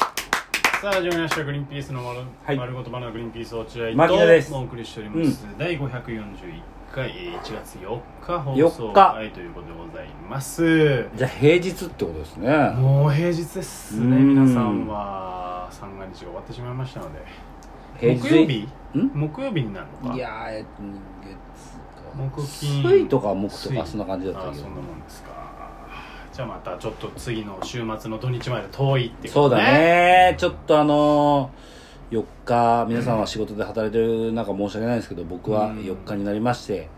さあ始まりました「グリーンピースの丸,、はい丸ごとバナナグリーンピース落合」牧野ですとお送りしております、第541回えー1月4日放送4日回ということでございますじゃあ平日ってことですねもう平日ですうねん皆さんは三が日が終わってしまいましたので平日木曜日ん木曜日になるのかいやーえっと木月金か水とか木とか水そんな感じだったあけそどんなもんですかじゃあまたちょっと次の週末の土日まで遠いっていうそこうとだねちょっとあのー、4日皆さんは仕事で働いてる中申し訳ないですけど僕はうん4日になりまして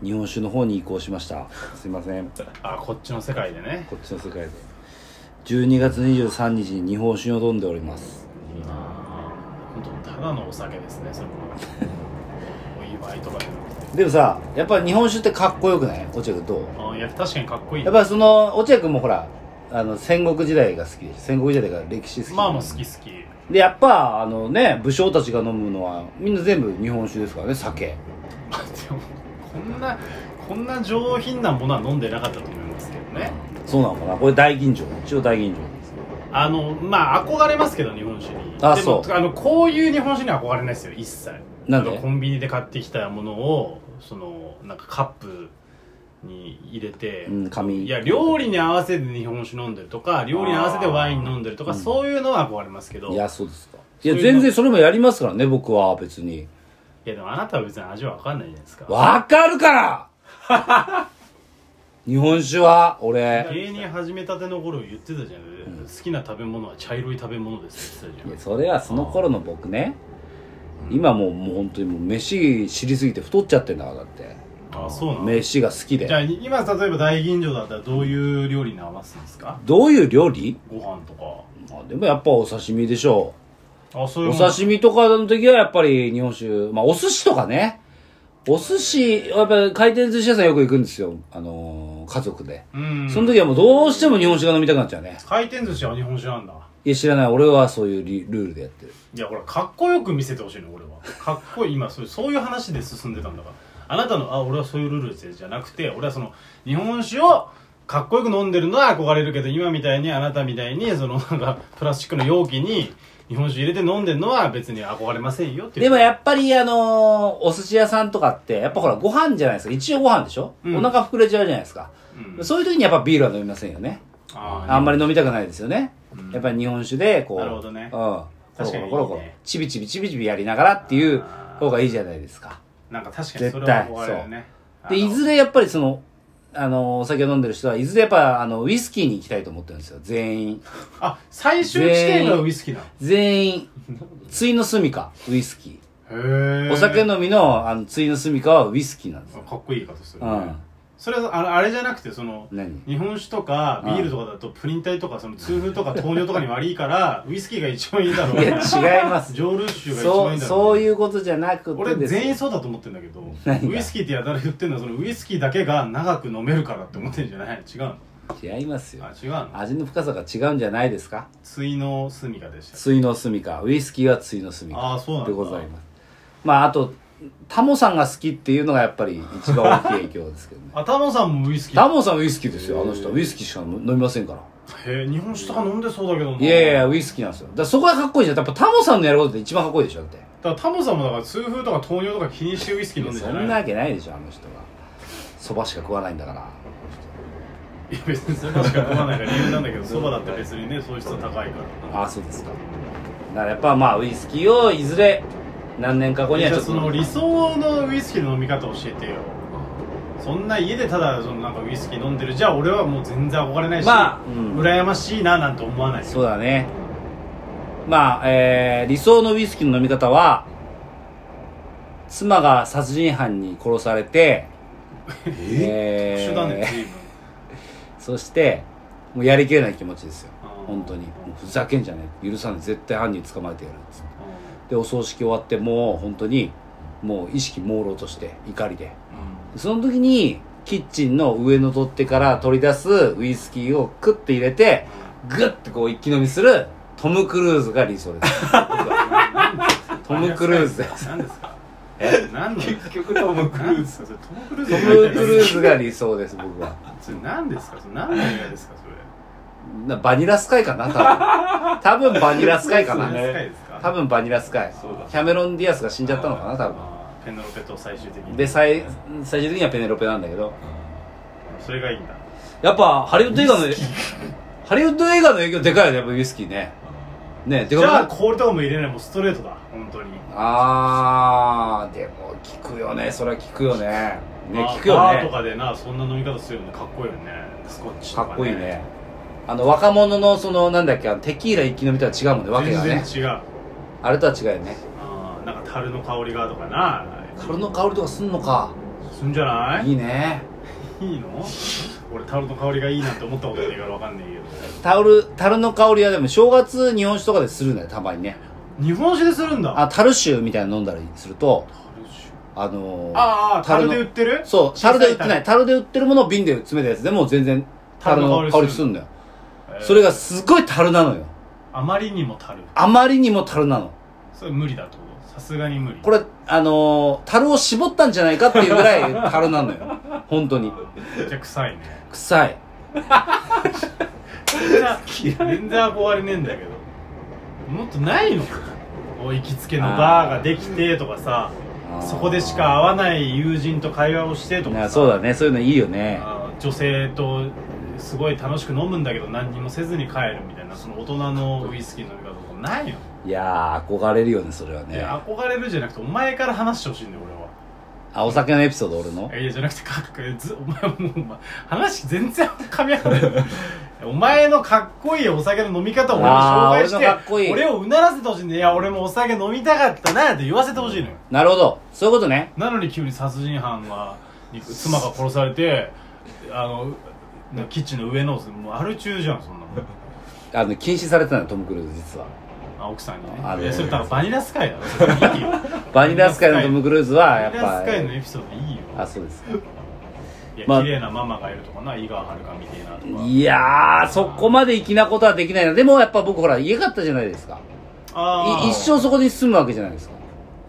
日本酒の方に移行しましたすいませんこあこっちの世界でねっちの世界で12月23日に日本酒を飲んでおりますいいな本当ただのお酒ですねそれもお祝いとかじゃなくてでもさやっぱ日本酒ってかっこよくない落合君どうあいや確かにかっこいいやっぱその落合君もほらあの戦国時代が好きでしょ戦国時代が歴史好きまあもう好き 好きでやっぱあのね武将たちが飲むのはみんな全部日本酒ですからね酒でもこんなこんな上品なものは飲んでなかったと思いますけどねそうなのかなこれ大吟醸一応大吟醸あのまあ憧れますけど日本酒にあでもそうあのこういう日本酒には憧れないですよ一切なんであのコンビニで買ってきたものをそのなんかカップに入れて、うん紙いや料理に合わせて日本酒飲んでるとか料理に合わせてワイン飲んでるとかそういうのは憧れますけどいいややそうですかいやそういうの全然それもやりますからね僕は別にでもあなたは別に味は分かんないじゃないですかわかるから 日本酒は俺芸人始めたての頃言ってたじゃん、好きな食べ物は茶色い食べ物ですって言ってたいじゃやそれはその頃の僕ね今もうもう本当にもう飯知りすぎて太っちゃってんだからだってんあそうなの飯が好きでじゃあ今例えば大吟醸だったらどういう料理に合わすんですかどういう料理ご飯とかあでもやっぱお刺身でしょあそうう。いうおもの刺身とかの時はやっぱり日本酒、まあお寿司とかね。お寿司、やっぱり回転寿司屋さんよく行くんですよ。あのー家族で。うんその時はもうどうしても日本酒が飲みたくなっちゃうね。回転寿司は日本酒なんだいや知らない。俺はそういうリルールでやってる。いやほらかっこよく見せてほしいの俺はかっこいい今そうそういう話で進んでたんだからあなたのあ俺はそういうルールですよじゃなくて俺はその日本酒をかっこよく飲んでるのは憧れるけど今みたいにあなたみたいにそのなんかプラスチックの容器に日本酒入れて飲んでるのは別に憧れませんよっていうでもやっぱりあのーお寿司屋さんとかって、やっぱほらご飯じゃないですか。一応ご飯でしょ、うんお腹膨れちゃうじゃないですか。うんそういう時にやっぱビールは飲みませんよね。あーあんまり飲みたくないですよね。やっぱり日本酒で、こう。なるほどねうん。コロ確コかにいいねロコロコロ。ちびちびちびちびやりながらっていうあー方がいいじゃないですか。なんか確かにそれは憧れるねで、いずれれやっぱりその、あの、お酒を飲んでる人は、いずれやっぱ、あの、ウイスキーに行きたいと思ってるんですよ。全員。あ最終地点がウイスキーな全員。ついの住みか、ウイスキのへえー。お酒飲みの、あの、ついの住みかはウイスキーなんですよ。かっこいい言い方するうね、ん。それはあのあれじゃなくてその何 日本酒とかビールとかだとプリン体とかその痛風と か糖尿とかに悪いからウイスキーが一番いいだろいや、う違います。蒸留酒が一そ、番いういだろそうういうことじゃなくて俺ですね全員そうだと思ってんだけど何がウイスキーってやたら言ってんのはそのウイスキーだけが長く飲めるからって思ってんじゃない違うの違いますよあ。違うの味の深さが違うんじゃないですか水の住みかでしたついの住みか。ウイスキーはついの住みか。ああそうなんだでございます。まあ、あと、タモさんが好きっていうのがやっぱり一番大きい影響ですけ どね。あタモさんもウイスキーダへモンさんウイスキーですよ、あの人。ウイスキーしか飲みませんから。え日本酒とか飲んでそうだけどないやいやいや、ウイスキーなんですよ。だからそこがかっこいいじゃん。やっぱタモさんのやることって一番かっこいいでしょ、だって。だからタモさんもだから痛風とか糖尿とか気にしてウイスキー飲んでんじそゃないんなわけないでしょ、あの人は。そばしか食わないんだから。いや別にそばしか食わないから理由なんだけどそばだって別にねそう質高いからああ、そうですか。だからやっぱまあ、ウイスキーをいずれ、何年か後にじはゃちあょっと。その理想のウイスキーの飲み方教えてよそんな家でただそのなんかウイスキー飲んでるじゃあ俺はもう全然憧れないし、まあうん羨ましいななんて思わないそうだね。まあ、えー、理想のウイスキーの飲み方は、妻が殺人犯に殺されて、え特殊だね随分そしてもうやりきれない気持ちですよあー本当にもうふざけんじゃねえ許さない絶対犯人捕まえてやるっつってでお葬式終わってもう本当にもう意識朦朧として怒りでその時にキッチンの上の取っ手から取り出すウイスキーをクッて入れてグッてこう一気飲みするトム・クルーズが理想です僕はトム・クルーズです何ですかえ何の結局トム・クルーズズトム・クルートズム・クルーズが理想です僕はそれ何ですかそれ何の映画ですかそれなバニラスカイかな多分多分バニラスカイかそうなですかいですか多分バニラスカイそうだキャメロン・ディアスが死んじゃったのかな多分あーペネロペと最終的にで最最終的にはペネロペなんだけどそれがいいんだやっぱハリウッド映画のハリウッド映画の影響でかいよねやっぱウイスキーねねじでかいゃあ氷とかも入れないもうストレートだ本当にあーでも聞くよねそれは聞くよねねまあ聞くよバーとねかでなそんな飲み方するのかっこいいよねスコッチとかねっこいいねあの若者のそのなんだっけあのテキーラ一気飲みとは違うもんねわけがね全然違うあれとは違うよねあーなんか樽の香りがとかな樽の香りとかすんのかすんじゃないいいねいいの俺タオルの香りがいいなんて思ったことないからわかんないけどタオル樽の香りはでも正月日本酒とかでするんだよたまにね日本酒でするんだあ樽酒みたいなの飲んだりすると樽酒あのーああタルので売ってるそう樽で売ってない小樽で売ってるものを瓶で詰めたやつでも全然樽樽のの香香りりすするるんだよさい樽それがすごい樽なのよあまりにも樽あまりにも樽なのそれ無理だってことさすがに無理これあのー樽を絞ったんじゃないかっていうぐらい樽なのよ本当にめっちゃ臭いね臭い全然全然憧れねえんだけどもっとないのかお行きつけのバーができてとかさそこでしか会わない友人と会話をしてとなかさそうだねそういうのいいよねあ女性とすごい楽しく飲むんだけど何にもせずに帰るみたいなその大人のウイスキーの飲み方とかないよ、いやー憧れるよねそれはいねや憧れるじゃなくてお前から話してほしいんだよ俺はあお酒のエピソード俺のいやじゃなくてかっこいいずお前もうお前話全然噛み合わ ないお前のかっこいいお酒の飲み方を俺に紹介しあーて俺のかっこいい俺をうならせてほしいんでいや俺もお酒飲みたかったなって言わせてほしいのよなるほどそういうことねなのに急に殺人犯がに妻が殺されてあのなキッチンの上のもうアル中じゃんそんなのあの禁止されてたのトム・クルーズ実はあ奥さんにねあのいやそれ多分バニラスカイだろそれいいよ バニラスカイのトム・クルーズはバやっニラスカイのぱエピソードいいよあそうですいや、まあ綺麗なママがいるとかな井川遥みてえなとかいやーそこまで粋なことはできないなでもやっぱ僕ほら家買ったじゃないですかあーい一生そこに住むわけじゃないですか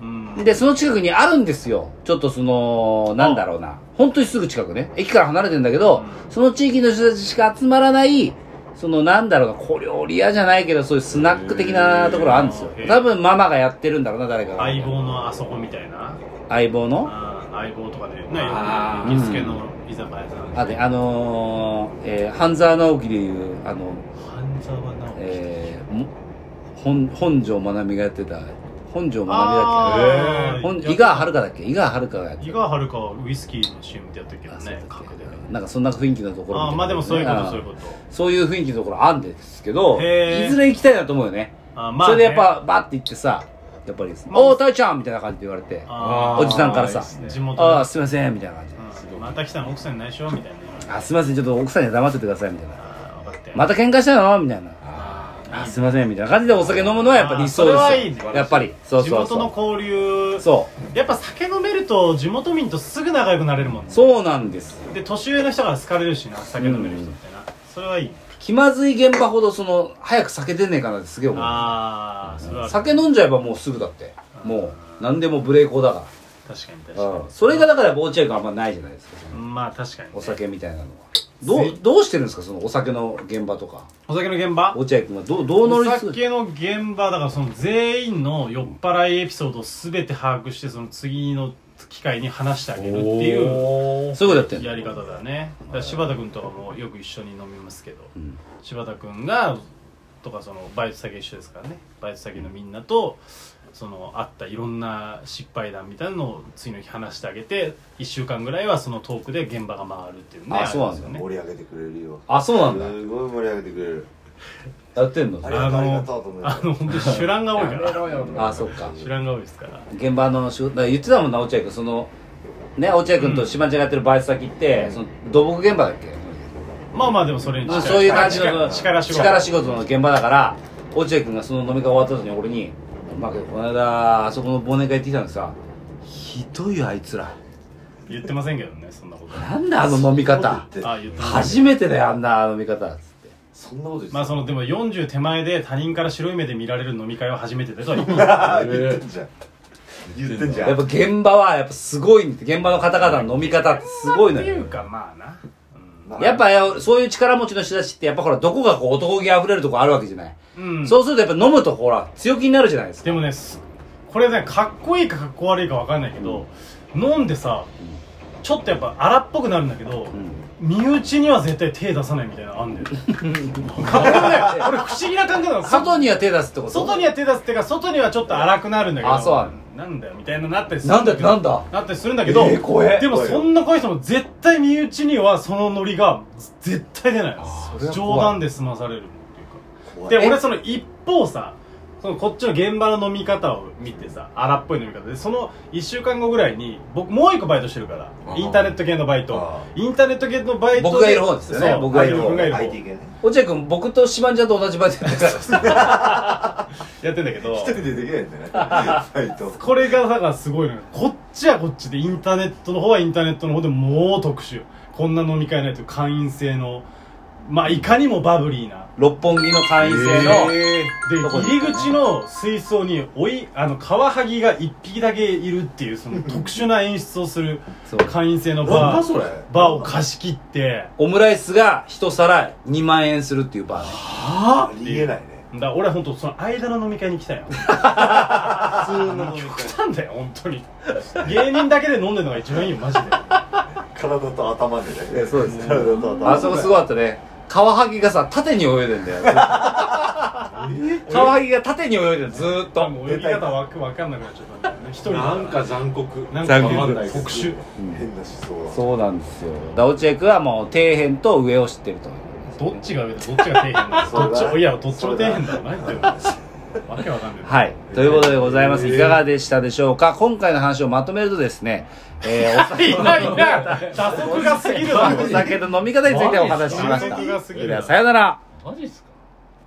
うんでその近くにあるんですよちょっとそのなんだろうな本当にすぐ近くね駅から離れてんだけどうんその地域の人たちしか集まらないそのなんだろうな小料理屋じゃないけどそういうスナック的なところあるんですよへー多分ママがやってるんだろうな誰かが相棒のあそこみたいな相棒のあー相棒とかでねあー行きつけの居酒屋さんあであのーえー半沢直樹でいうあの半沢直樹えーも本本庄まなみがやってた本庄まなみだっあけー本やっ井川遥だっけ井川遥がやって井た川遥はウイスキーの CM ってやってるけどあそうだねっ角でねけなんかそんな雰囲気のところみたあいーなまあでもそういうこあとーそういうことそういう雰囲気のところあるんですけどへーいずれ行きたいなと思うよねあーまあそねれでやっぱバッて行ってさやっぱり「まあおおたいちゃん!」みたいな感じで言われて「ああおじさんからさー地地元元あーのすいません」みたいな感じでうんまた来たの奥さんに内緒みたいな「あすいませんちょっと奥さんには黙っててください」みたいなあー分かって「また喧嘩したの?」みたいなあ「あーすいません」みたいな感じでお酒飲むのはやっぱ理想あーそれはいでいすねよやっぱりそうそう地元その交流うそやっぱ酒飲めると地元民とすぐ仲良くなれるもんねうそうなんですで年上の人から好かれるしな酒飲める人ってな、それはいい気まずい現場ほどその早く酒出ねえかなってすげえ思うああそれはある酒飲んじゃえばもうすぐだってもう何でも無礼講だか確かに確ら、かうんそれがだから落合君あんまないじゃないですかにまあ確かにね、お酒みたいなのはどうどうしてるんですかそのお酒の現場とかお酒の現場落合君はどうどう乗おりつ酒の現場だからその全員の酔っ払いエピソードを全て把握してその次の機会に話してあげるっていうおーそういうことやってんのやり方だねだから柴田君とかもよく一緒に飲みますけど、うん柴田君がとかそのバイト先一緒ですからねバイト先のみんなとそのあったいろんな失敗談みたいなのを次の日話してあげて1週間ぐらいはそのトークで現場が回るっていうねあそうなんれだですよ盛り上げてくれるよあそうなんだすごい盛り上げてくれるやってんのあそりれがあとうあのりがとうと思いまあすの本当に酒乱が多いかやめろよらあそっか酒乱が多いですから現場の仕事だから言ってたもんな落合君そのね落合君と島ちゃんがやってるバイト先って、その土木現場だっけ、まあまあでもそれに近いそういう感じの力力仕事力仕事の現場だから落合君がその飲み会終わった後に俺に「まあ、この間あそこの忘年会行ってきたのさひどいよあいつら言ってませんけどねそんなことなんだあの飲み方あ言ってま初めてだよあんな飲み方」っつってそんなこと言ってたまあそのでも40手前で他人から白い目で見られる飲み会は初めてでとは言ってないあ言ってんじゃん言ってんじゃんやっぱ 現場はやっぱすごいんで現場の方々の飲み方ってすごいのっていようかまあな、うんまあやっぱよそういう力持ちの人たちってやっぱほらどこがこう男気あふれるとこあるわけじゃない、うんそうするとやっぱ飲むとほら強気になるじゃないですかでもねすこれねかっこいいかかっこ悪いかわかんないけど、飲んでさちょっとやっぱ荒っぽくなるんだけど、身内には絶対手出さないみたいなのあんだよ かっこいいね俺不思議な感覚なの外には手出すってこと外には手出すっていうか外にはちょっと荒くなるんだけどあそうなのなんだよみたいななったりするけどなんだなんなったりするんだけど、えー怖えでもそんな怖い人も絶対身内にはそのノリが絶対出ないあーそれは怖い冗談で済まされるっていうか怖いでえ俺その一方さそのこっちの現場の飲み方を見てさ荒っぽい飲み方でその1週間後ぐらいに僕もう一個バイトしてるからあーインターネット系のバイトあインターネット系のバイト僕がいる方ですよねそう僕がいる方僕がいる方 IT 系ね落合君僕と島んちゃんと同じ場所でやってんだけ ど一人でできないんだねバイトこれがだからすごいのよこっちはこっちでインターネットの方はインターネットの方でもう特殊こんな飲み会ないという会員制のまあいかにもバブリーな六本木の会員制の、でどこに入り口の水槽においあのカワハギが1匹だけいるっていうその特殊な演出をするそう会員制のなんバだーそれバーを貸し切ってオムライスが一皿2万円するっていうバーねはありえないねだから俺は本当その間の飲み会に来たよ普通の飲み来会たんだよ本当に芸人だけで飲んでるのが一番いいよマジで体と頭でいやねそうです体と頭あそこすごかったねカワハギがさ縦に泳いでんだよカワハギが縦に泳いでんのずーっ多と分泳ぎ方わくわかんなくなっちゃったんだよね一人だらなんか残酷なん残か酷わかんないけど特殊変な思想だそうなんですよだ落合君はもう底辺と上を知ってるとどっちが上でどっちが底辺だそうだどっちもいやどっちも底辺だろ何言ってるのわけわかんないはいということでございますいかがでしたでしょうか今回の話をまとめるとですね、えーお酒 いないいない打足が過ぎるだろお酒の飲み方についてお話ししました満足が過ぎるではさよならマジっすか